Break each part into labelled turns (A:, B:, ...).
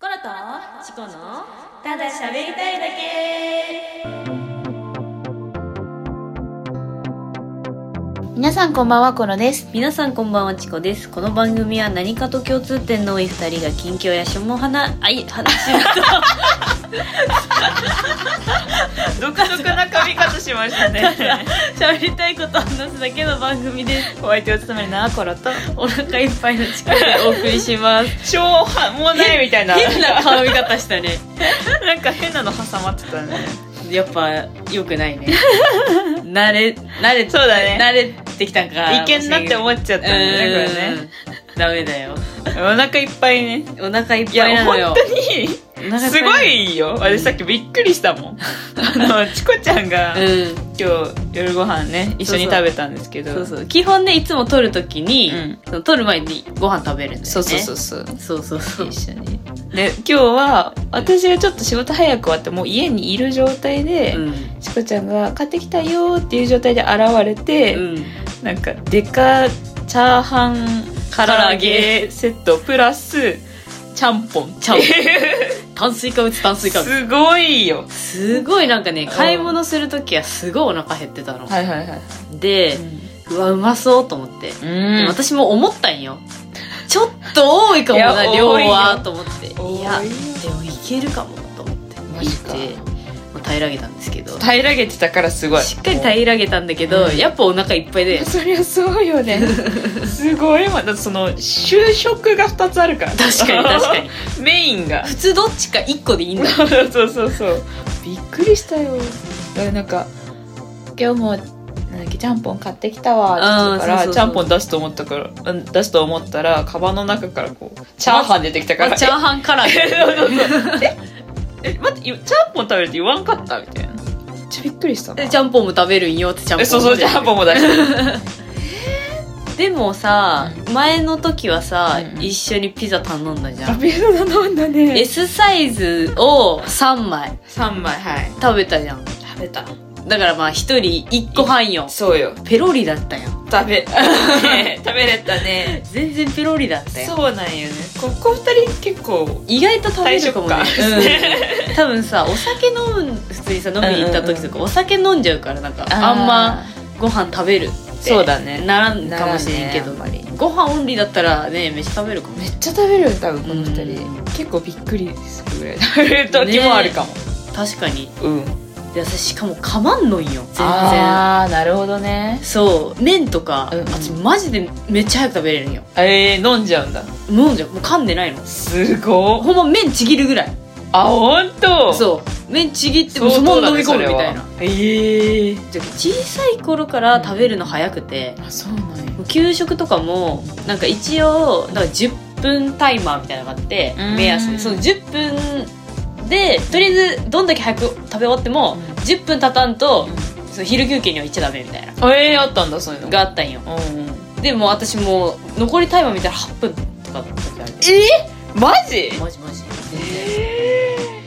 A: とチコのただ喋りたいだけ
B: 皆さんこんばんはコロです
A: 皆さんこんばんはチコですこの番組は何かと共通点の多い二人が近況やしょもはなあい話
C: 独特な髪型しました ね
A: 喋りたいことを話すだけの番組です
C: お相手を務めるなコロと
A: お腹いっぱいのチコでお送りします
C: 超はもうないみたい な
A: 変な顔見方したね
C: なんか変なの挟まってたね
A: やっぱ良くないね 慣れ慣れ
C: そうだね
A: 慣れてきたんか
C: いけんなって思っちゃったんだねこれね
A: うんダメだよ
C: お腹いっぱいね
A: お腹いっ
C: いや
A: ぱいなのよ
C: 本当にすごいよ私さっきびっくりした もんあのチコちゃんが今
A: うん
C: 日夜ご飯ね一緒に食べたんですけど
A: そうそう基本ねいつも撮るときに、
C: うん
A: その撮る前にご飯食べるんだよね
C: そうそうそうそう
A: そうそうそう
C: 一緒にで今日は私がちょっと仕事早く終わってもう家にいる状態で、
A: うん
C: チコちゃんが買ってきたよーっていう状態で現れて、
A: うん
C: なんかデカチャーハン唐揚げセットプラスちゃんぽ ん
A: ちゃんぽん炭水化物炭水化物
C: すごいよ
A: すごいなんかね
C: ん
A: 買い物するときはすごいお腹減ってたの、
C: いはいはい
A: で、うわうまそうと思って、
C: うん、
A: でも私も思ったんよちょっと多いかも
C: い
A: な
C: や
A: 量
C: 多い
A: は
C: よ
A: と思ってい
C: 多いよ
A: やでもいけるかもと思って
C: マ
A: い
C: ジか
A: て、まあ、平らげたんですけど
C: 平らげてたからすごい
A: しっかり平らげたんだけど、
C: うん
A: やっぱお腹いっぱいで
C: そりゃそう よねすごいまだってその就職が2つあるから
A: 確かに確かに
C: メインが
A: 普通どっちか1個でいいんだ
C: そうそうそうそうびっくりしたよだからなんか今日もなんだっけちゃんぽん買ってきたわ
A: あー
C: って言ったか
A: そうそうそう
C: らちゃんぽん出すと思ったからうん出すと思ったらカバンの中からこうチャーハン出てきたか
A: あ
C: ら
A: チャーハン唐揚げ
C: そうそうそうええ待っていちゃんぽん食べるって言わんかったみたいなめっちゃびっくりしたな
A: でちゃんぽんも食べるんよってちゃんぽん
C: えそうそうちゃんぽんも出した
A: でもさ前の時はさ、
C: うん
A: 一緒にピザ頼んだじゃん
C: ビール飲んだね
A: S サイズを3枚
C: 3枚はい
A: 食べたじゃん
C: 食べた
A: だからまあ1人1個半よ
C: そうよ
A: ペロリだったよ
C: 食べ 食べれたね
A: 全然ペロリだったよ
C: そうなんよねここ2人結構
A: 意外と食べるかもね
C: 大食感
A: うん、 多分さお酒飲む普通にさ飲みに行った時とか、お酒飲んじゃうからなんかあんまご飯食べるって
C: そうだね
A: ならんかもしれんけど、
C: ならんねあんま
A: ご飯オンリーだったらね飯食べるかも
C: めっちゃ食べるよ多分この
A: う
C: 2人結構びっくりするぐらい食べる時もあるかも、
A: 確かに
C: うん
A: で私しかもかまんのんよ全然
C: ああなるほどね
A: そう麺とか、
C: うんうん
A: 私マジでめっちゃ早く食べれるんよ
C: えー、飲んじゃうんだ
A: 飲んじゃうもう噛んでないの
C: すごっ
A: ほんま麺ちぎるぐらい
C: あ本当
A: そう麺ちぎっても
C: 相
A: うその
C: 当
A: ま
C: だ
A: ま飲
C: ね
A: み
C: そ
A: 込む
C: れ
A: み
C: は
A: たいな
C: ええ
A: で小さい頃から食べるの早くて、
C: あそうなんや
A: 給食とかもなんか一応なんか10分タイマーみたいなのがあって
C: うん
A: 目安でその10分でとりあえずどんだけ早く食べ終わっても
C: うん
A: 10分経たんとその昼休憩には行っちゃダメみたいな
C: ええあったんだそういうの
A: があったんよ
C: うんうん
A: でも私もう残りタイマー見たら8分とかだった時ある
C: えマジ
A: マジマジ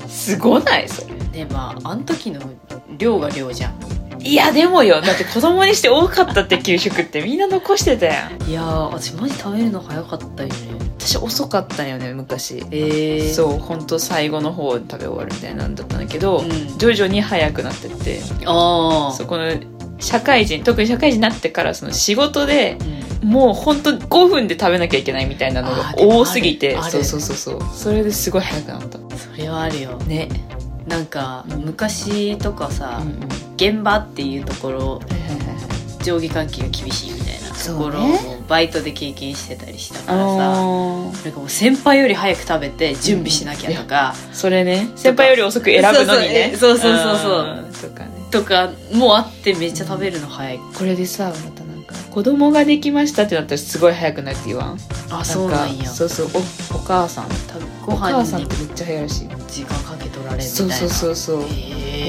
C: すごないそれ
A: でまああの時の量が量じゃん
C: いやでもよだって子供にして多かったって給食ってみんな残してたやん
A: いやー私マジ食べるの早かったよね
C: 私遅かったんよね昔
A: えー、
C: そうほんと最後の方に食べ終わるみたいなんだったんだけど、
A: うん
C: 徐々に早くなってって
A: ああ
C: そこの社会人特に社会人になってからその仕事で
A: うん
C: もうほんと5分で食べなきゃいけないみたいなの
A: あ
C: が
A: ーでもある
C: 多すぎて
A: ある
C: そうそうそうそうそれですごい早くなった
A: それはあるよ
C: ね
A: なんか昔とかさ、
C: うんうん
A: 現場っていうところ
C: はいはいはいはい
A: 上下関係が厳しいみたいなところ
C: そうね
A: をバイトで経験してたりしたからさ
C: あ
A: なんかもう先輩より早く食べて準備しなきゃとか、
C: ーそれね先輩より遅く選ぶのにね
A: そうそうそうそう
C: うんとかね
A: とかもうあってめっちゃ食べるの早い、
C: これでさまたなんか子供ができましたってなったらすごい早くなって言わん
A: あそうなん
C: か
A: や
C: そうそうおお母さん
A: た
C: お
A: ご
C: 母
A: 飯
C: さんっ
A: に
C: てめっちゃ早いらしい
A: 時間かけとられるみたいな
C: そうそうそうそ
A: へ
C: う、もう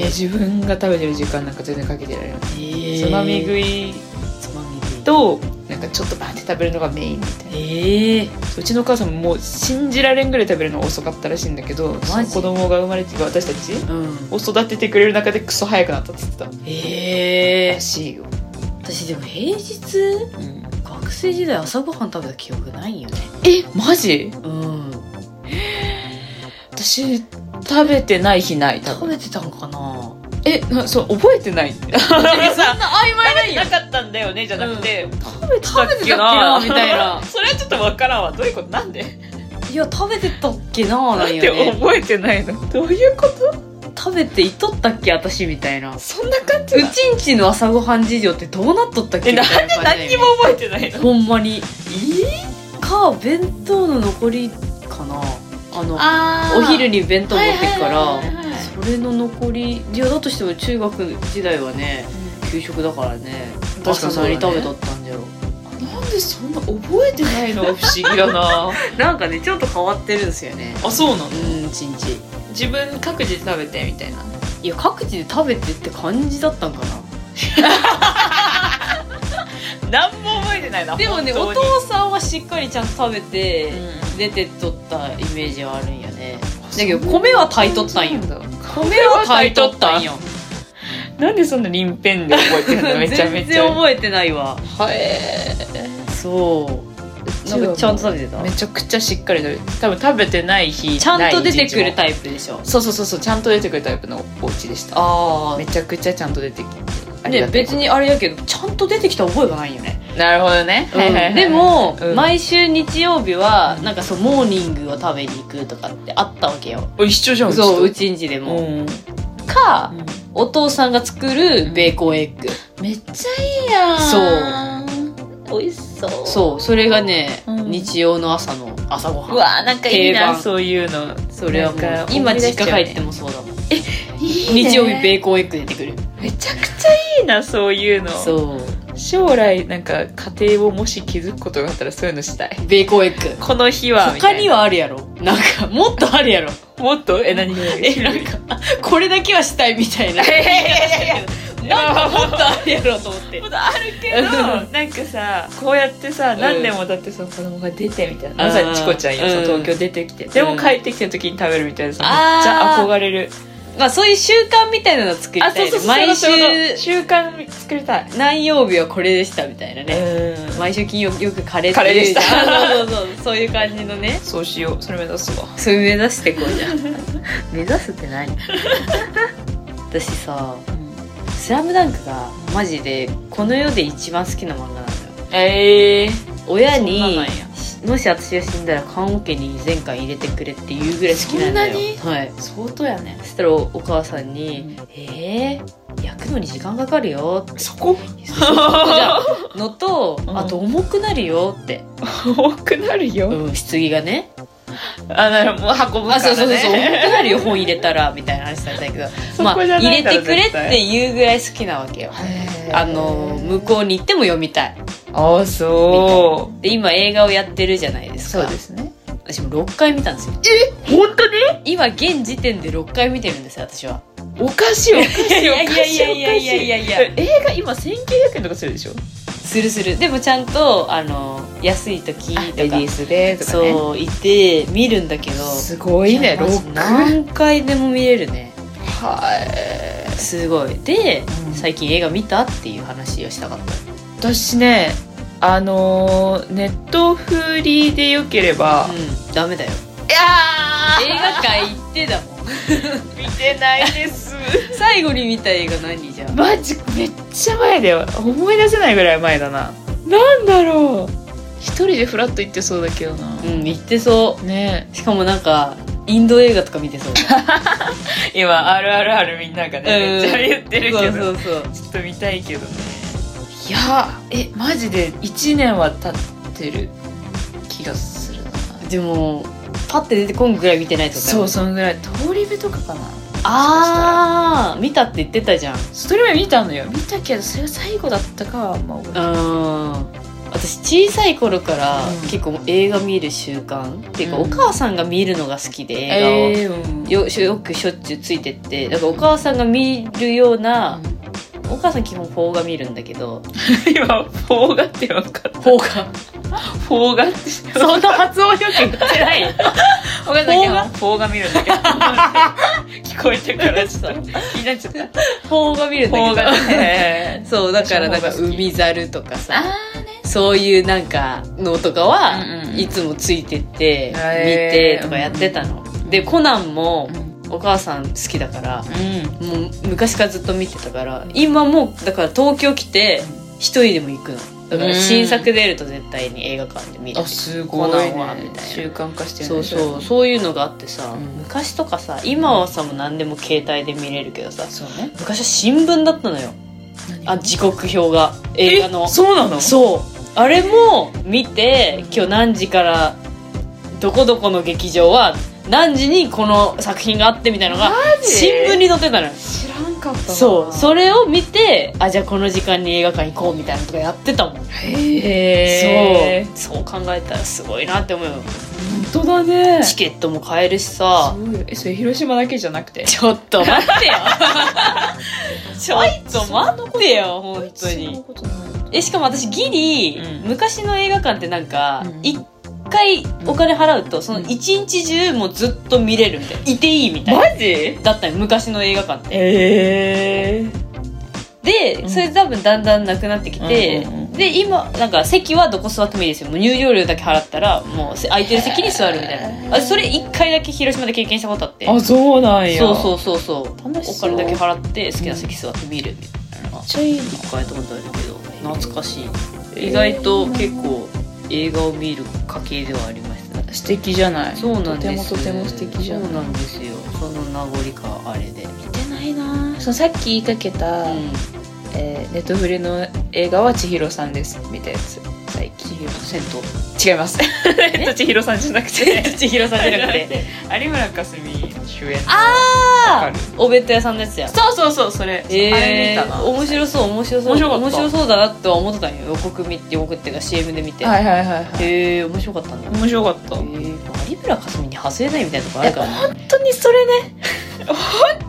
A: え
C: 自分が食べてる時間なんか全然かけてられない、
A: へえ
C: つまみ食い
A: つまみ食い
C: となんかちょっとバーって食べるのがメインみたいな
A: ええ
C: うちのお母さんももう信じられんぐらい食べるの遅かったらしいんだけど
A: ジ
C: その子供が生まれて私たち
A: うん
C: を育ててくれる中でクソ早くなったって言ってた
A: ええ
C: らしいよ、
A: 私でも平日学生時代朝ごはん食べた記憶ないよね
C: えマジ
A: うん
C: 私食べてない日ない多
A: 食
C: 分
A: べてたのかな
C: えなそう覚 えてない
A: そんな曖昧ないよ
C: なかったんだよねじゃなくて、食べて
A: 食べてたっけなみたいな
C: それはちょっとわからんわどういうことなんで
A: いや食べてたっけな
C: な
A: なんん
C: で
A: よね
C: 覚えてないのどういうこと
A: 食べていとったっけ私みたいなう
C: そんな感じ
A: ち
C: だ
A: んちの朝ごはん事情ってどうなっとったっけ
C: え
A: み
C: なん
A: たい
C: で
A: な感
C: 何
A: じ
C: にも覚えてないの
A: ほんまにか弁当の残りかなあの
C: あ
A: お昼に弁当持ってくから、
C: はいはいはいはい
A: それの残りいやだとしても中学時代はね給食だからね
C: 確かに
A: 朝
C: そうだね
A: 何食べとったんじゃろ
C: なんでそんな覚えてないの不思議だな
A: なんかねちょっと変わってるんですよね
C: あそうなの
A: うんちんち
C: 自分各自食べてみたいない
A: や各地で食べてって感じだったんかな
C: 何も覚えてないな
A: でもねお
C: 本当に
A: 父さんはしっかりちゃんと食べて、
C: うん
A: 出てっとったイメージはあるんやね
C: あ
A: だけど米は炊いとったんよ
C: そうなんだ
A: 米は炊いとったんよ
C: なんでそんな臨辺で覚えてるのめちゃめ
A: 全
C: ちゃ
A: 然覚えてないわ
C: はえ
A: そうなんかちゃんと食べてた
C: めちゃくちゃしっかり食べて多分食べてない日
A: ちゃんと出てくる
C: イ
A: タイプでしょ
C: プそうそうそうそうちゃんと出てくるタイプのお家でした
A: あ
C: めちゃくちゃちゃんと出てきてあり
A: ね
C: がたい
A: 別にあれやけどちゃんと出てきた覚えがないよね、
C: なるほどね、はいはいはい
A: でも、
C: うん
A: 毎週日曜日はなんかそうモーニングを食べに行くとかってあったわけよ
C: お一緒じゃん
A: そうう
C: ち
A: ちんちで
C: と
A: も、
C: うん
A: かお父さんが作るベーコンエッグ、
C: めっちゃいいやんそう美味しそう
A: そうそれがね、
C: うん
A: 日曜の朝の朝ごはん
C: うわなんかいい
A: 定
C: な
A: 番
C: そういうの
A: それはもう
C: なんか
A: 今
C: 思い出し
A: 実
C: ちゃう
A: 家
C: ね
A: 帰ってもそうだもん
C: いいね
A: 日曜日ベーコンエッグ出てくる
C: めちゃくちゃいいなそういうの
A: そう
C: 将来なんか家庭をもし築くことがあったらそういうのしたい
A: ベーコンエッグ
C: この日はみた
A: 他
C: いな
A: にはあるやろなんかもっとあるやろ
C: もっとえ何
A: えなん かこれだけはしたいみたいななんかもっとあるやろと思って
C: ことあるけどなんかさこうやってさ
A: ん
C: 何年も経ってその子供が出てみたいな
A: あ
C: ま
A: ー
C: さにチコちゃんや
A: うん
C: 東京出てきてでも帰ってきた時に食べるみたいなさめっち
A: あ
C: ゃ
A: ー
C: 憧れる
A: まあそういう習慣みたいなの作りたいね毎週
C: そういうこと習慣作りたい
A: 何曜日はこれでしたみたいなね、
C: うん
A: 毎週金曜日よくカレー
C: カレーでした
A: って言うじゃんそうそうそうそういう感じのね
C: そうしようそれ目指すわ
A: それ目指してこう じゃん目指すって何私さ「スラムダンクがマジでこの世で一番好きな漫画なんだよ
C: ええ
A: 親
C: そん
A: に
C: ななんや
A: もし私が死んだら棺桶に全巻入れてくれっていうぐらい好きなんだよ
C: そんなに
A: はい
C: 相当やね
A: そしたらおお母さんに「えー、焼くのに時間かかる よ」って
C: そこ
A: じゃあのと、
C: うん
A: あと重くなるよって、
C: 多くなるよ、
A: うん、棺がね
C: あなるほどもう運ぶからね
A: あそうそうそうそう重くなるよ本入れたらみたいな話されたけど
C: そ
A: まあ
C: こじゃな
A: 入れ
C: いから
A: てくれっていうぐらい好きなわけよ
C: へー
A: あの向こうに行っても読みたい
C: ああそ
A: で今映画をやってるじゃないで
C: う
A: すか
C: すね
A: 私も6回見たんですよ
C: 本当に
A: 今現時点で6回見てるんですよ私は
C: おかしいおかしい
A: いやい
C: おか
A: や
C: し
A: い
C: い
A: や
C: おか
A: いやいや
C: し
A: い
C: い
A: やいや
C: え映画今1900円とかするでしょ
A: するするでもちゃんとあの安い時とか
C: スで
A: そういて見るんだけど
C: すごいね
A: やマジ
C: 6
A: 何回でも見れるね
C: はい
A: すごいで、
C: うん
A: 最近映画見たっていう話をしたかった
C: 私ねあのーネットフリーでよければ、い
A: うんダメだよ
C: や
A: 映画館行ってだも ん
C: 見てないです
A: 最後に見た映画何じゃん
C: マジめっちゃ前だよ思い出せないぐらい前だななんだろう一人でフラッと行ってそうだけどな、
A: うん行ってそ
C: ね
A: うしかもなんかインド映画とか見てそう
C: 今あるあるあるみんながね めっちゃ言ってるけど
A: そうそうそう
C: ちょっと見たいけどねいやえマジで1年は経ってる気がするな
A: でもパッて出てこんぐらい見てないとか
C: そうそんぐらい通り部とかかな
A: ああ見たって言ってたじゃんう
C: それは見たのよ見たけどそれが最後だったかはあんま覚えてない
A: ーん私小さい頃から
C: うん
A: 結構映画見る習慣、っていうか
C: うん
A: お母さんが見るのが好きで映
C: えーうん
A: 画を、よしよくしょっちゅうついてってだからお母さんが見るような、お母さん基本邦画見るんだけど
C: 今「フォーガ」って分かった
A: 邦画
C: 「フォーガ」って
A: そんな発音よく言ってない
C: お母さん今「フォーガ」見るん だけど聞こえてからちょっと気になっ ちゃった
A: 邦画見る
C: 「フォー
A: んだ
C: ガ」
A: けど
C: ね
A: そうだからなんか
C: 私も邦画好き
A: 海猿とかさ
C: あね
A: そういうなんかのとかは、
C: うんうん
A: いつもついてって見
C: へー
A: てとかやってたの、
C: ん
A: でコナンも
C: うん
A: お母さん好きだからもう昔からずっと見てたから今もうだから東京来て一人でも行くのだから新作出ると絶対に映画館で見る
C: あすごい、
A: コナ
C: ね
A: ンはみたい、な
C: 習慣化してる
A: そう
C: う
A: そうそういうのがあってさ、
C: うん
A: 昔とかさ今はさもう何でも携帯で見れるけどさ
C: そうね
A: 昔は新聞だったのよあ時刻表が映
C: え
A: 画の
C: そうなの
A: そうあれも見て今日何時からどこどこの劇場は何時にこの作品があってみたいなのが
C: ジ
A: 新聞に載ってたのよ
C: 知らんかったな
A: そうそれを見てあじゃあこの時間に映画館行こうみたいなのとかやってたもん、
C: へえ
A: そうそう考えたらすごいなって思うよ
C: そう本当だね
A: チケットも買えるしさ
C: すごいよえそれ広島だけじゃなく て
A: ちょっと待ってよ ちょっと待ってよ本当
C: そんな
A: に
C: ことない
A: えしかも私ギリ、
C: うん
A: 昔の映画館ってなんか
C: うん
A: 一、回お金払うとその一日中もうずっと見れるみたいないていいみたいな
C: マジ
A: だったよ昔の映画館って
C: ええう
A: で
C: ん
A: それ多分だんだんなくなってきて、
C: うんうんうん
A: で今なんか席はどこ座ってもいいですよもう入場料だけ払ったらもうせ空いてる席に座るみたいな
C: へー
A: あそれ一回だけ広島で経験したことあって
C: あそうなんや
A: そう
C: う
A: そうそうそう
C: 楽し
A: お
C: そう
A: 金だけ払って好きな席座って見るみたいなのが
C: めっちゃいいな
A: 一回やったことあるけど懐かし
C: え
A: い
C: ー
A: 意外と結構映画を見る家系ではありました
C: 素敵じゃない
A: そうなんです
C: とてもとても素敵じゃない
A: そうなんですよその名残かあれで
C: 見てないなそのさっき言いかけた、
A: うん
C: えーネットフリの映画は千尋さんです見たやつ最近
A: 銭
C: 違います えっと千尋さんじゃなく
A: 湯
C: て
A: 千尋さんじゃなく て
C: 有村架純主演
A: あ
C: わかる
A: ーお弁当屋さんのやつや
C: そうそうそうそれ、
A: え
C: あれ見たな
A: ー、面白そう面白そう
C: 面白かった
A: 面白そうだなとは思ってたんよ予告見て予告っていうか CM で見て、
C: はいはいはいはい
A: へえ面白かったんだ
C: 面白かった
A: えー、有村架純に外れないみたいなとこあるからね
C: 本当にそれね 本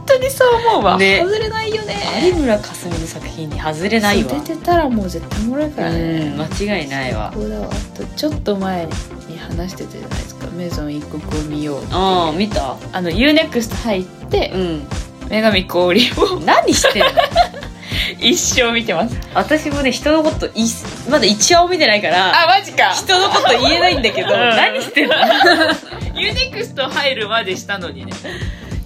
C: 当にそう思うわ、
A: ね
C: 外れないよね
A: 有村架純の作品に外れないわ
C: そう出てたらもう絶対おもろいからね、
A: うん間違いないわ
C: ここだわあとちょっと前に話してたじゃないですかメゾン一国を見よう
A: ああ見た
C: あの UNEXT 入って
A: うん
C: 女神降臨を
A: 何してん の
C: 一生見てます
A: 私もね人のこといまだ一話も見てないから
C: あマジか
A: 人のこと言えないんだけど
C: うん
A: 何してんの
C: UNEXT 入るまでしたのにね、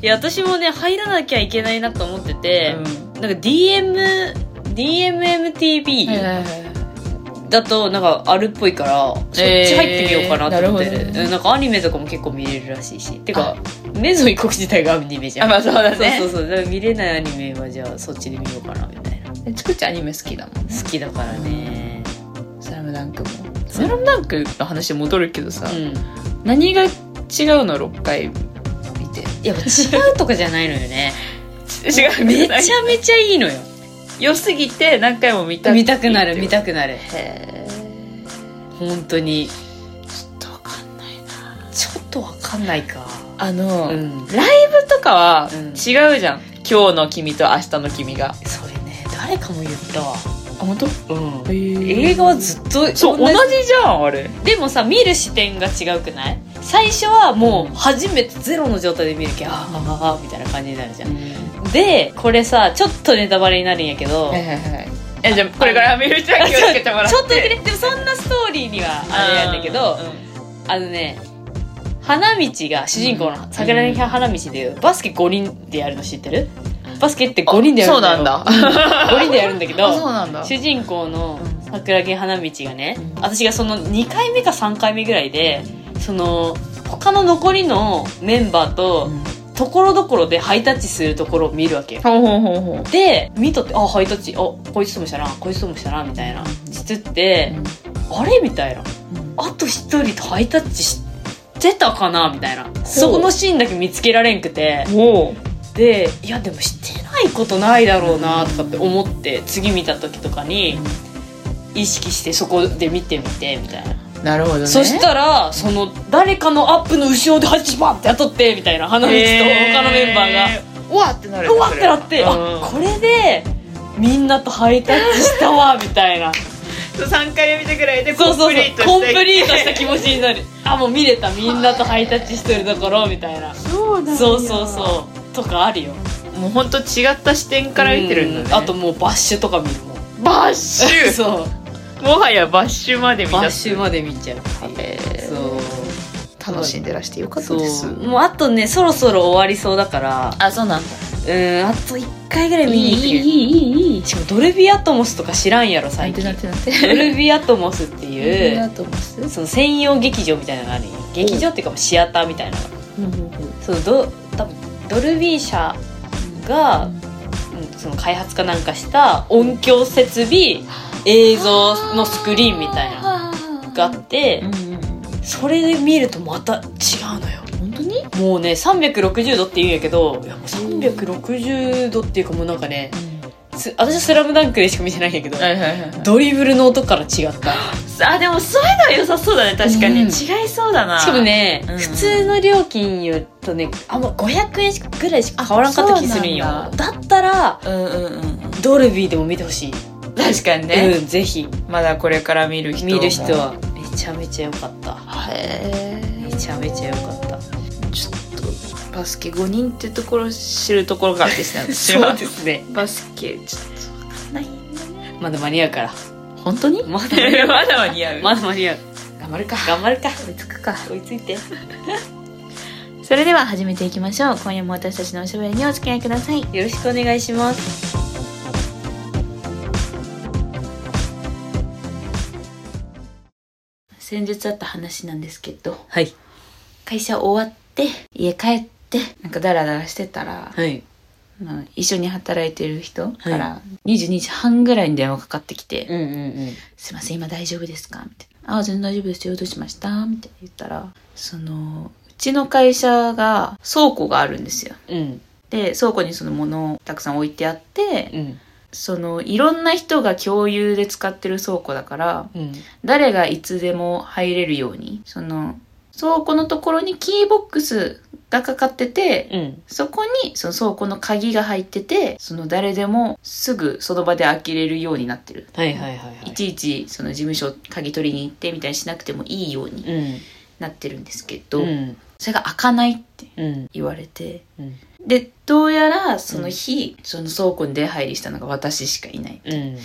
A: いや私もね入らなきゃいけないなと思ってて、
C: う
A: なんか DM DMMTV、
C: ん、はいはいはい
A: だとなんかあるっぽいからそっち入ってみようかなと思ってる,
C: えーな
A: うん、
C: るほどね
A: なんかアニメとかも結構見れるらしいしてかメゾン一国自体がアニメじゃ
C: あ
A: ん、
C: まあそうだね
A: そうそうそうだから見れないアニメはじゃあそっちで見ようかなみたいな
C: えつくちゃんアニメ好きだもんね
A: 好きだからね
C: 「スラムダンクも「スラムダンクの話に戻るけどさ、
A: うん
C: 何が違うの6回見て
A: やっぱ違うとかじゃないのよ ね
C: 違う
A: め
C: め
A: ちゃ
C: ちゃ
A: めちゃいい のよ
C: 良すぎて何回も見た
A: 見たくなる見
C: く
A: たくなる
C: へえ
A: 本当に
C: ちょっとわかんないな
A: ちょっとわかんないか
C: あの、
A: うん
C: ライブとかは
A: うん
C: 違うじゃん、今日の君と明日の君が
A: それね誰かも言ったわ
C: あ本当
A: うん映
C: 映
A: 画はずっと
C: そう同
A: 同じ
C: じじゃんあれ
A: でもさ見る視点が違うくない最初はもう初めてゼロの状態で見るけどあーあーあーみたいな感じになるじゃんでこれさちょっとネタバレになるんやけど
C: はいはいはいえじゃあこれから見る人は気をつけてもらって
A: ちょっとだけねでもそんなストーリーにはあれなんだけどあのね花道が主人公
C: う
A: の
C: ん
A: 桜木花道でいうバスケ5人でやるの知ってるバスケって5人でやる
C: そうなんだ
A: 5人でやるんだけ
C: あそ
A: ど
C: うなんだ
A: 主人公の桜木花道がね
C: うん
A: 私がその2回目か3回目ぐらいでその他の残りのメンバーとところどころでハイタッチするところを見るわけよ
C: ほうほうほうほう
A: で見とってあハイタッチあこいつともしたなこいつともしたなみたいなしつってあれみたいなあと一人とハイタッチしてたかなみたいなそこのシーンだけ見つけられんくて
C: おう
A: でいやでもしてないことないだろうなとかって思って次見た時とかに意識してそこで見てみてみたいな
C: なるほどね
A: そしたらその誰かのアップの後ろで8番って当たってみたいな花道と他のメンバーが。
C: ーがうわってなる
A: うわってなって、
C: うん
A: あこれでみんなとハイタッチしたわみたいな
C: そう3回見たぐらいで
A: そうそうそうコンプリートしたた気持ちになるあもう見れたみんなとハイタッチしてるところみたいな
C: そうなんだ
A: そうそうそうとかあるよ
C: うもう本当違った視点から見てるんだね
A: うあともうバッシュとか見るもん
C: バッシ ュ
A: そう
C: もはやバッシュまで見た
A: バッシュまで見ちゃうっていう
C: へー
A: そう
C: 楽しんでらしてよかった
A: そう
C: です
A: もうあとねそろそろ終わりそうだから
C: あそうなんだ
A: うんあと1回ぐらい見に行き
C: いいいい
A: しかもドルビーアトモスとか知らんやろ
C: な
A: 最
C: んて
A: 近
C: なんてなんて
A: ドルビーアトモスってい
C: だ
A: う
C: と思う
A: その専用劇場みたいなのがあるんよ劇場っていうかもうシアターみたいなのがそうど多分ドルビー社が、うん、その開発かなんかした音響設備映像のスクリーンみたいなの
C: な
A: があって
C: うんうんうん
A: それで見るとまた違うのよ
C: 本当に
A: もうね360度って言うんやけどいやもう360度っていうかもうなんかねす私は「スラムダンクでしか見てないんやけど、
C: はいはいはい
A: ドリブルの音から違った
C: あでもそういうのは良さそうだね確かに、
A: うん
C: 違いそうだな
A: しかもね、
C: うん
A: 普通の料金よりとねあんま500円しかぐらいしか変わらんかった気するんよ
C: あそうな
A: だ
C: ん
A: ったら
C: うんうんうん
A: ドルビーでも見てほしい、
C: 確かにね、
A: うんぜひ
C: まだこれから見る人も
A: 見る人はめちゃめちゃ良かった
C: へ
A: め
C: え
A: ちゃめちゃ良かった
C: ちょっとバスケ5人ってところ知るところからですね私
A: そう
C: は
A: ですね
C: バスケちょっとわかんないんだね
A: まだ間に合うから
C: 本当に
A: まだ間に合う
C: まだ間に合う
A: まだ間に合う
C: 頑張るか
A: 頑張るか
C: 追いつくか
A: 追いついて
C: それでは始めていきましょう今夜も私たちのおしゃべりにお付き合いください
A: よろしくお願いします
C: 先日あった話なんですけど
A: はい
C: 会社終わって家帰ってなんかダラダラしてたら、
A: はい
C: あの一緒に働いてる人から22時半ぐらいに電話かかってきて「
A: うんうん
C: すいません今大丈夫ですか?」みたいな「あ全然大丈夫ですよどうしました?」みたいな言ったらそのうちの会社が倉庫があるんですよ
A: うんうん
C: で倉庫にその物をたくさん置いてあって
A: うん
C: そのいろんな人が共有で使ってる倉庫だから
A: うん
C: 誰がいつでも入れるようにその倉庫のところにキーボックスがかかってて
A: うん
C: そこにその倉庫の鍵が入っててその誰でもすぐその場で開けれるようになってる、
A: はいはいはいはい
C: い、ちいちその事務所鍵取りに行ってみたいにしなくてもいいように
A: うん
C: なってるんですけど、
A: うん
C: それが開かないって
A: うん
C: 言われて
A: うん
C: でどうやらその日、その倉庫に出入りしたのが私しかいないん
A: うん
C: で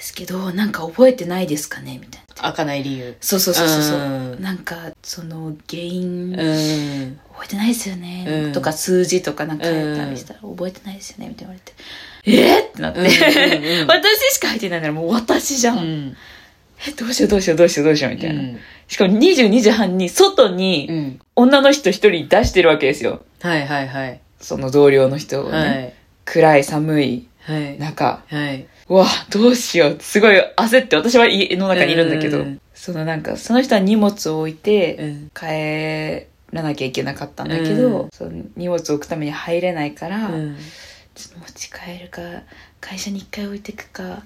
C: すけどなんか覚えてないですかねみたいな
A: 開かない理由
C: そうそうそうそうそう
A: う
C: なんかその原因、
A: ん
C: 覚えてないですよね、
A: うん
C: とか数字とかなんか書いたりしたら、覚えてないですよねみたいな言われてえー、ってなって、
A: うんうんうん
C: 私しか入ってないならもう私じゃん、
A: うん
C: えどうしようどうしようどうしようどうしようみたいな、
A: うん
C: しかも22時半に外
A: う
C: に
A: ん
C: 女の人一人出してるわけですよ
A: はいはいはい
C: その同僚の人をね、
A: はい
C: 暗い寒い
A: はい
C: 中
A: はい。
C: うわどうしようすごい焦って私は家の中にいるんだけど、
A: うん
C: そのなんかその人は荷物を置いて、
A: うん。
C: 帰らなきゃいけなかったんだけど、
A: うん
C: その荷物を置くために入れないから、
A: うん
C: ちょっと持ち帰るか会社に一回置いてくか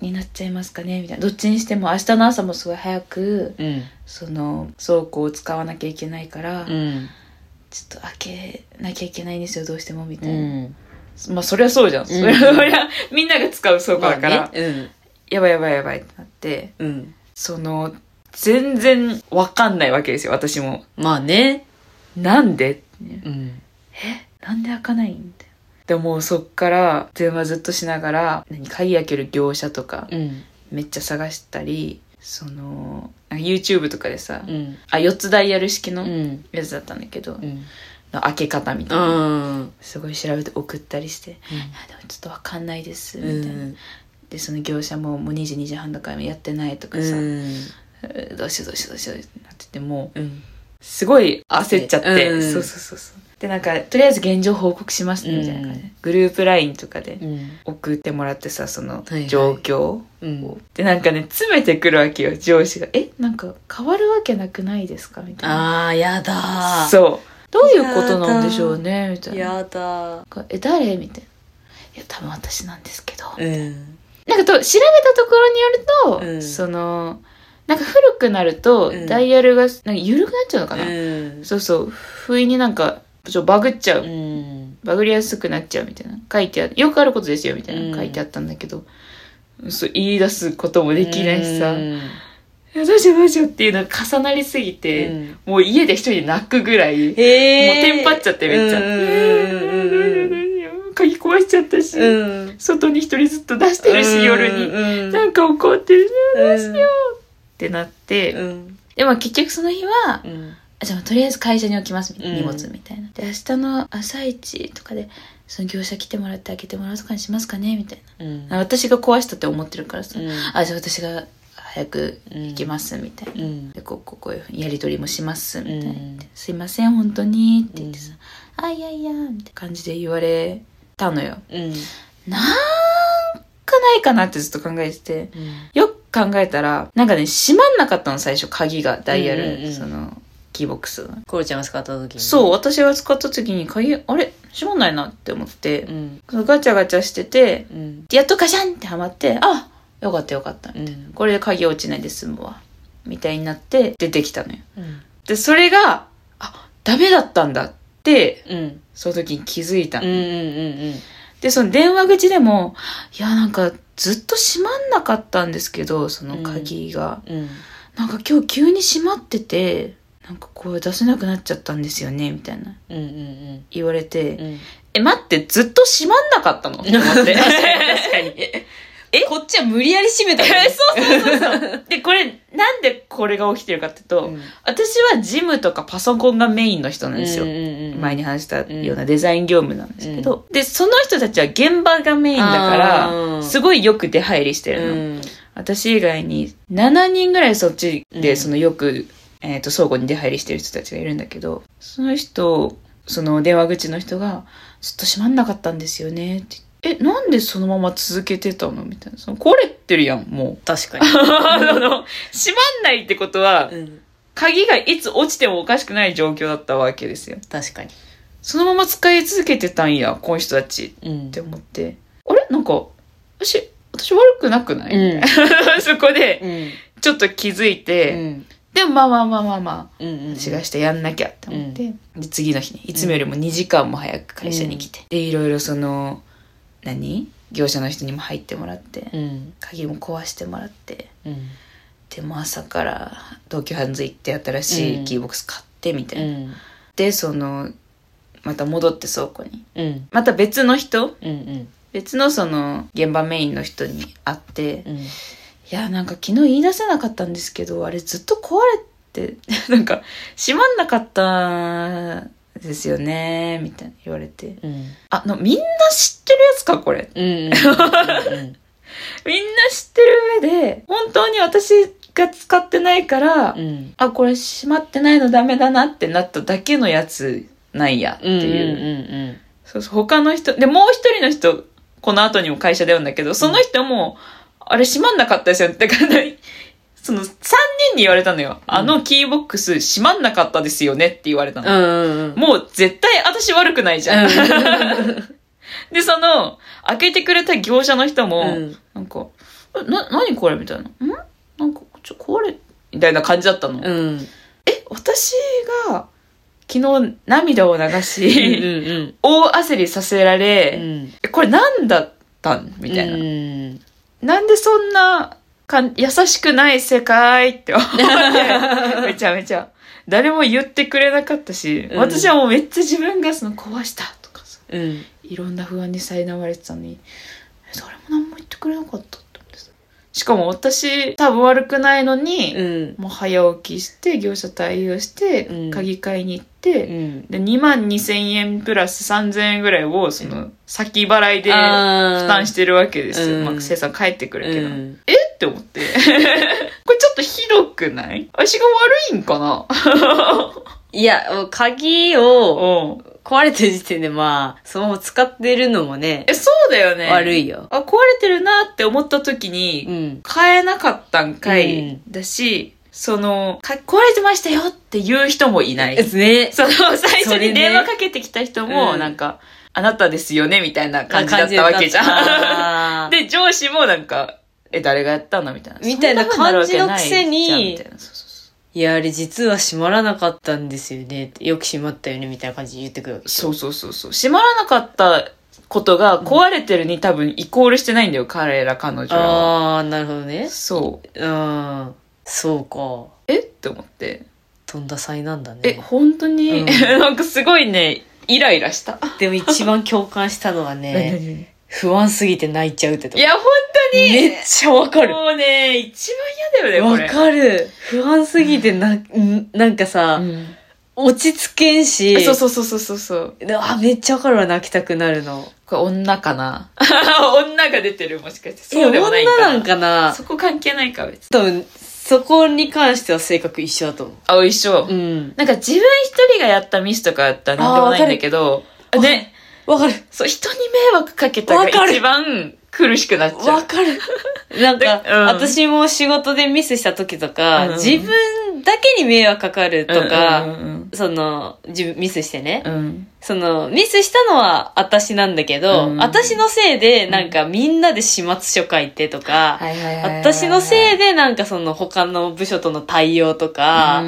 C: になっちゃいますかねみたいなどっちにしても明日の朝もすごい早く
A: うん。
C: その倉庫を使わなきゃいけないから、
A: う
C: ちょ
A: ん。
C: っと開けなきゃいけないんですよどうしてもみた
A: う
C: いな、
A: ん。
C: まあそりゃそうじゃん、そりゃそりゃ みんなが使う倉庫だから、
A: まあね
C: やばいやばいやばいってなって
A: うん。うん。
C: その全然わかんないわけですよ私も
A: まあね。
C: なんでって
A: うん。
C: なんで開かないんだよ。でもうそっから電話ずっとしながら、何、鍵開ける業者とか、
A: うん。
C: めっちゃ探したり、その、なんか YouTube とかでさ、
A: うん。
C: あ、4つダイヤル式
A: う
C: の
A: ん。
C: やつだったんだけど、
A: うん。
C: の開け方みたいな。
A: あ
C: すごい調べて送ったりして、あでもちょっとわかんないです、
A: ー
C: みたいな。で、その業者ももう2時、2時半だからやってないとかさ、えーどうしようどうしようどうしようってなってて、もう、
A: うん。
C: すごい焦っちゃって、
A: うん
C: そうそうそうそう。で、なんか、とりあえず現状報告しますね、みたいな感じで、
A: う
C: グループ LINE とかで、
A: うん。
C: 送ってもらってさその
A: いはい
C: 状況を、
A: うん。
C: でなんかね詰めてくるわけよ上司が「えなんか変わるわけなくないですか?」みたいな
A: あー、やだー。
C: そうどういうことなんでしょうねみたいな
A: やだー。
C: なんかえ誰?」みたいな「いや多分私なんですけど」
A: うん。
C: なんかと調べたところによると、
A: うん
C: そのなんか古くなると、
A: うん
C: ダイヤルがなんか緩くなっちゃうのかな、
A: うん。
C: そうそう不意になんかちょっとバグっちゃう
A: うん。
C: バグりやすくなっちゃうみたいな書いてあるよくあることですよみたい
A: うん
C: な書いてあったんだけど、そう言い出すこともできないしさ、
A: う
C: い
A: ん
C: やどうしようどうしようっていうのが重なりすぎて、
A: うん
C: もう家で一人で泣くぐらい、もう
A: へ
C: テンパっちゃってめっちゃ、
A: うん。
C: 鍵壊しちゃったし、
A: うん。うん。
C: 外に一人ずっと出してるし、夜に、
A: うん。
C: なんか怒ってる
A: どうしよ
C: ってなって、
A: うん。
C: でも結局その日は
A: うん。
C: あじゃあとりあえず会社に置きますみたいな、
A: うん
C: 荷物みたいなで明日の朝一とかでその業者来てもらって開けてもらうとかにしますかねみたい
A: うん
C: な私が壊したって思ってるからさ、
A: うん
C: あじゃあ私が早く行きますみたいな、
A: うん
C: でこうこうこういうふうにやり取りもしますみたいな、
A: うん
C: すいません本当にって言ってさ「あいやいや」みたいな感じで言われたのよ
A: うん
C: なんかないかなってずっと考えててよく考えたらなんかね閉まんなかったの最初鍵がダイヤル、
A: うんうんうん
C: そのキーボックスの
A: コロちゃんが使った時に
C: そう私が使った時に鍵あれ閉まんないなって思って
A: う、ん
C: そのガチャガチャしてて
A: うん
C: やっとガシャンってはまってあよかったよかった
A: うん
C: これで鍵落ちないで済むわみたいになって出てきたのよ
A: うん
C: で、それが、あ、ダメだったんだって、
A: うん
C: その時に気づいた
A: うん
C: の、
A: うん
C: で、その電話口でも、いや、なんか、ずっと閉まんなかったんですけど、その鍵が。
A: うんうん
C: なんか今日急に閉まってて、なんかこう出せなくなっちゃったんですよね、みたいな。
A: うんうんうん
C: 言われて、
A: うんうん
C: え、待って、ずっと閉まんなかったのって思っ
A: 確か
C: て。
A: に確かにえこっちは無理やり閉めたの
C: えそうそうそうそう。で、これ、なんでこれが起きてるかっていうと、
A: うん
C: 私はジムとかパソコンがメインの人なんですよ。
A: うんうんうん
C: 前に話したようなデザイン業務なんですけど、でその人たちは現場がメインだか
A: あー
C: らすごいよく出入りして
A: う
C: るの、
A: ん
C: 私以外に7人ぐらいそっち
A: う
C: で
A: ん
C: そのよく、えー、と相互に出入りしてる人たちがいるんだけどその人その電話口の人が「ちょっと閉まんなかったんですよね」って「えなんでそのまま続けてたの?」みたいな「その壊れてるやんもう
A: 確か」
C: あの閉まんないってことは
A: にうん
C: 鍵がいつ落ちてもおかしくない状況だったわけですよ
A: 確かに
C: そのまま使い続けてたんや、この人たち
A: うん
C: って思って。あれなんか、私、私悪くなくない、
A: うん
C: そこで、
A: うん
C: ちょっと気づいうて、
A: ん
C: でもまあまあまあまあまあ、
A: うんうん
C: 私がしてやんなきゃって思って、で次の日ね、いつもよりも2時間も早く会社に来て、で、いろいろその、何業者の人にも入ってもらって、
A: うん
C: 鍵も壊してもらって、
A: うん
C: でもう朝から東京ハンズ行って新しいキーボックス買ってみたいうな。
A: ん
C: で、その、また戻って倉庫に。
A: うん
C: また別の人
A: うんうん
C: 別のその現場メインの人に会って
A: うん
C: 「いやなんか昨日言い出せなかったんですけどあれずっと壊れて なんか閉まんなかったんですよね」みたいな言われて
A: うん
C: 「あのみんな知ってるやつかこれ
A: うんうんうん
C: みんな知ってる上で本当に私が使ってないから、
A: うん
C: あこれ閉まってないのダメだなってなっただけのやつなんや」って
A: うん
C: いう。
A: うん
C: そうそう、他の人、で、もう一人の人、この後にも会社で会うんだけど、その人も、あれ閉まんなかったですよね。だから、 その、三人に言われたのよ。あのキーボックス閉まんなかったですよねって言われた
A: う
C: の。
A: んうん
C: もう絶対私悪くないじゃん。 で、その、開けてくれた業者の人も、
A: うん
C: なんか、えな、何これみたいな。んなんか、ちょ、これみたいな感じだったの。
A: うんうん
C: え、私が、昨日涙を流
A: うん
C: し、
A: うん
C: 大焦りさせられ、
A: うん
C: えこれ何だったんみたいな、
A: うん
C: なんでそんなかん優しくない世界って思って めちゃめちゃ誰も言ってくれなかったし、
A: うん
C: 私はもうめっちゃ自分がその壊したとかさ
A: うん
C: いろんな不安に苛まれてたのにえ誰も何も言ってくれなかったって思ってさしかも私多分悪くないのに、
A: うん
C: もう早起きして業者対応して、
A: うん
C: 鍵買いに行って、
A: うん
C: で2万2000円プラス3000円ぐらいをその先払いで
A: あー
C: 負担してるわけですよ、
A: うん
C: まあ、生産帰ってくるけど、
A: うん
C: えって思って これちょっとひどくない私が悪いんかない
A: や、鍵を
C: うん
A: 壊れてる時点でまあ、そのまま使ってるのもね、
C: えそうだよね
A: 悪
C: い
A: いよ。
C: あ壊れてるなって思った時に、
A: うん。
C: 買えなかったんかい、
A: うん
C: だしそのか壊れてましたよって言う人もいない
A: ですね。
C: その最
A: そ
C: 初
A: れね
C: に電話かけてきた人も、
A: うん
C: なんか、あなたですよねみたいな感じだったわけじ ゃん。
A: ん。
C: で、上司もなんか、え、誰がやったのみたいな。
A: みたいな感じのくせに
C: そんなことになるわけないじゃんみたいなそうそうそう
A: いや、あれ実は閉まらなかったんですよねって。よく閉まったよね、みたいな感じで言ってくるわけでし
C: そ
A: ょ。
C: うそうそうそう。閉まらなかったことが壊れてるに多分イコールしてないんだよ、彼ら彼女らは。
A: あー、なるほどね。
C: そう。
A: うん。そうか。
C: えって思って。
A: とんだ災難だね。
C: え、本当に、
A: うん
C: なんかすごいね、イライラした。
A: でも一番共感したのは ね、不安すぎて泣いちゃうってと
C: い
A: こ。
C: や、本当に
A: めっちゃわかる。
C: もうね、一番嫌だよね、こ
A: わか
C: れ。
A: る。不安すぎてな、んなんかさ、
C: うん
A: 落ち着けんし、
C: そうそうそうそうそうそう。
A: であ、めっちゃわかるわ、泣きたくなるの。
C: これ女 かな女が出てるもしかして。そうでもないい
A: や
C: か
A: 女
C: な。
A: なんかな。
C: そこ関係ないか別に。
A: 多分、そこに関しては性格一緒だと思
C: あ、一緒。
A: う。うん。
C: なんか自分一人がやったミスとかやったら何でもないんだけど、
A: わかる
C: ね、
A: わかる。
C: そう、人に迷惑かけたが
A: わかる
C: 一番苦しくなっちゃ
A: わ
C: う。
A: かる。なんか、
C: でうん
A: 私も仕事でミスした時とか、
C: うん
A: 自分だけに迷惑かかるとか、
C: うんうん
A: その、自分、ミスしてね。
C: うんうん。
A: その、ミスしたのは私なんだけど、
C: うん
A: 私のせいで、なんかみんなで始末書書いてとか、
C: はいはいはいはいはい。
A: 私のせい
C: で、
A: で、なんかその他の部署との対応とか、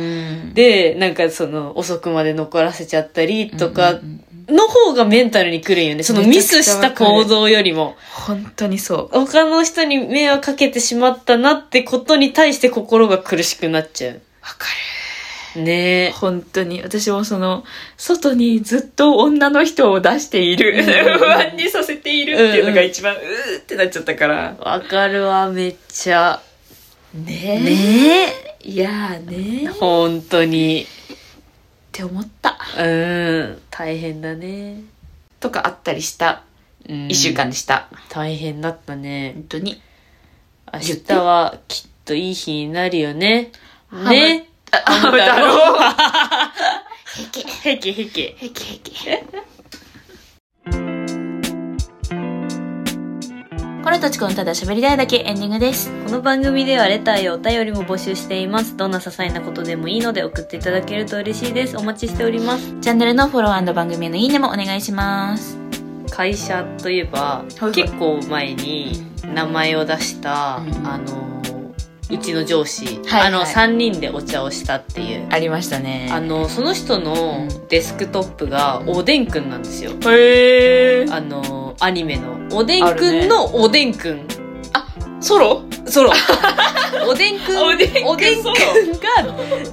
A: で、なんかその遅くまで残らせちゃったりと
C: うん
A: か
C: うんう、ん
A: の方がメンタルに来るんよね。そのミスした行動よりも。
C: 本当にそう。
A: 他の人に迷惑かけてしまったなってことに対して心が苦しくなっちゃ
C: わか
A: う。ねえ
C: る。。本当に。私もその、外にずっと女の人を出している、
A: うんうんうん
C: 不安にさせているっていうのが一番、うーってなっちゃったから。
A: わかるわ、めっちゃ。
C: ね
A: ね
C: え。いやーね
A: え。
C: ーっ
A: 本当に。
C: て思った。
A: うん。大変だね。
C: とかあったりした。
A: うん
C: 一週間でした。
A: 大変だったね。
C: 本当に。
A: 明日はきっといい日になるよね。ね。
C: ハム太郎。
A: へけ。へけへけ。
C: へきへき。これとちくんただ喋りたいだけエンディングです。
A: この番組ではレターやお便りも募集しています。どんな些細なことでもいいので送っていただけると嬉しいです。お待ちしております。
C: チャンネルのフォロー番組へのいいねもお願いします。
A: 会社といえば、
C: いはい
A: 結構前に名前を出した、
C: うん
A: あの、うちの上司、
C: はい
A: あの、
C: はい
A: 3人でお茶をしたっていう。
C: ありましたね。
A: あの、その人の
C: うん
A: デスクトップがおでんくんなんですよ。
C: へえ。
A: あの、アニメの。おでんくんのおでんくん。
C: ソロ？
A: ソ ロ。おでんくん、
C: おでんくん
A: おでんくん
C: ソロ
A: が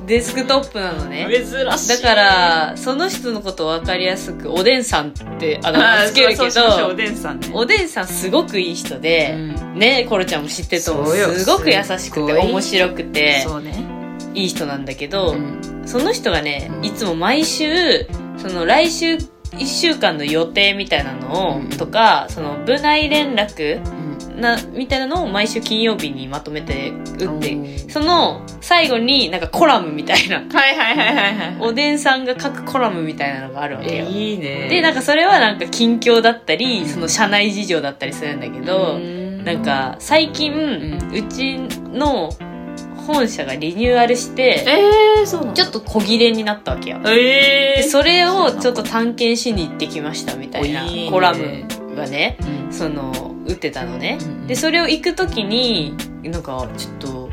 A: デスクトップなのね。
C: 珍しい。
A: だから、その人のことを分かりやすく、おでんさんってあだ
C: あ
A: 名つけるけ
C: そうそうそうお
A: ど、
C: でんさんね。
A: おでんさんすごくいい人で、ね、コロちゃんも知ってると思う。
C: そうよ
A: すごく優し
C: す
A: く
C: ご
A: て、
C: い
A: 面白くて、
C: うね。
A: いい人なんだけど、
C: うん
A: その人がね
C: う、ん
A: いつも毎週、その来週1週間の予定みたいなのを、
C: うん
A: とか、その部内連絡な、みたいなのを毎週金曜日にまとめて打って、その最後になんかコラムみたいな、
C: はいはいはいはいはい。
A: おでんさんが書くコラムみたいなのがあるわけよ。
C: いいね
A: で、なんかそれはなんか近況だったり、
C: うん
A: その社内事情だったりするんだけど、なんか最近、
C: ん
A: うちの本社がリニューアルして、
C: ええそうなの
A: ちょっと小切れになったわけよ。
C: え
A: で
C: え
A: それをちょっと探検しに行ってきましたみたいな
C: おいいね
A: コラムがね、その、打ってたのね。で、それを行くときに、なんかちょっと、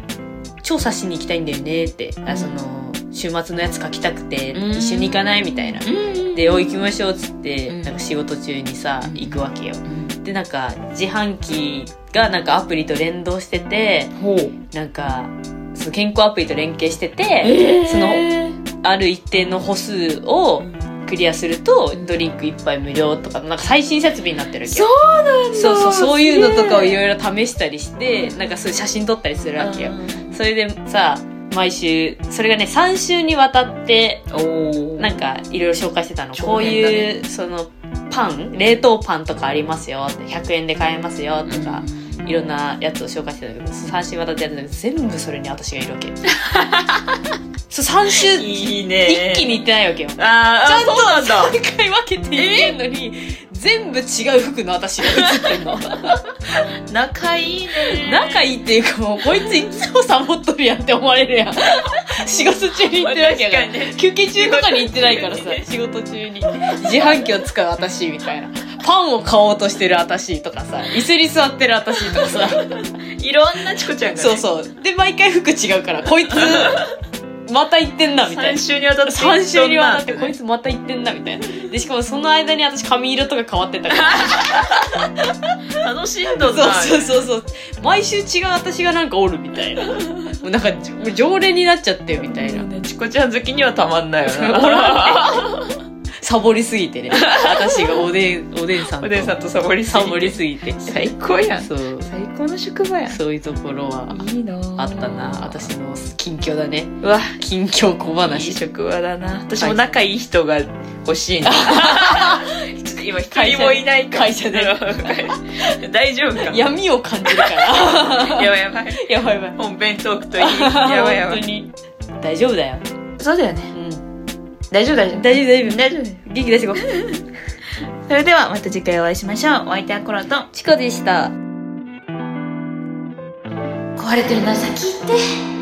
A: 調査しに行きたいんだよねって、
C: う
A: あ
C: ん
A: その、週末のやつ書きたくて、
C: うん
A: 一緒に行かないみたいな。
C: うん
A: で、お行きましょうっつって、
C: うん
A: なんか仕事中にさ、
C: うん
A: 行くわけよ。で、なんか、自販機がなんかアプリと連動してて、
C: ほう
A: なんか、その健康アプリと連携してて、
C: ええ
A: そある一定の歩数をクリアすると、ドリンク一杯無料とか、なんか最新設備になってるわけ
C: そ
A: よ。
C: うなんだ
A: そうそう、そういうのとかをい
C: い
A: ろいろ試したりして、なんかそういう写真撮ったりするわけよ。それでさ、毎週、それがね、3週にわたって、
C: おお
A: なんかいろいろ紹介してたの、こ
C: 長
A: う
C: 編だね
A: いうそのパン冷凍パンとかありますよって100円で買えますよとか、いろんなやつを紹介してたんだけど三週にわたってやってたけど全部それに私がいるわ けそう3週
C: いいね
A: 一気に行ってないわけよ3
C: あーあーそうなんだ
A: 回分けて行ってんのに、全部違う服の私が写ってんの
C: 仲いいね
A: 仲いいっていうかもうこいついつもサボっとるやんって思われる やん仕事中に行ってるわけやから
C: 確かにね
A: 休憩中とかに行ってないからさ仕事中に自販機を使う私みたいなパンを買おうとしてる私とかさ椅子に座ってる私とか さ
C: いろんなチコちゃんがね
A: そうそうで毎回服違うからこいつまた行ってんなみたい
C: 三
A: な
C: 週にわたって
A: 3週にわたって
C: そん
A: こ
C: ない
A: つまた行ってんなみたいなでしかもその間に私髪色とか変わってたから
C: 楽しんどん
A: そう
C: な
A: そうそうそう毎週違う私がなんかおるみたいなもうなんかもう常連になっちゃってよみたいな
C: ねチコちゃん好きにはたまんないよ
A: ほ
C: な
A: らサボりすぎてね。私がおでん、おでんさんと。
C: おでんさんとサボりすぎ
A: サ
C: て
A: ボりすぎて。
C: 最高やん
A: そう。
C: 最高の職場や
A: そういうところはい
C: いなぁ
A: あったな。私の近況だね。
C: うわ
A: 近況小
C: いい
A: 話。
C: 職場だな私も仲いい人が欲しいな、 ちょっと今一人もいないから
A: 会社で
C: 大丈夫かや
A: 闇を感じるから。
C: ばい やばい
A: やばいやばい。
C: 本編トークといいやばいやば
A: 本当
C: い
A: に。大丈夫だよ。
C: そうだよね
A: うん。
C: 大丈夫大丈夫
A: 大丈夫大丈夫。
C: 大丈夫
A: 元気出してこ。
C: それではまた次回お会いしましょうお相手はコロと
A: チコでした。
C: 壊れてるの先行って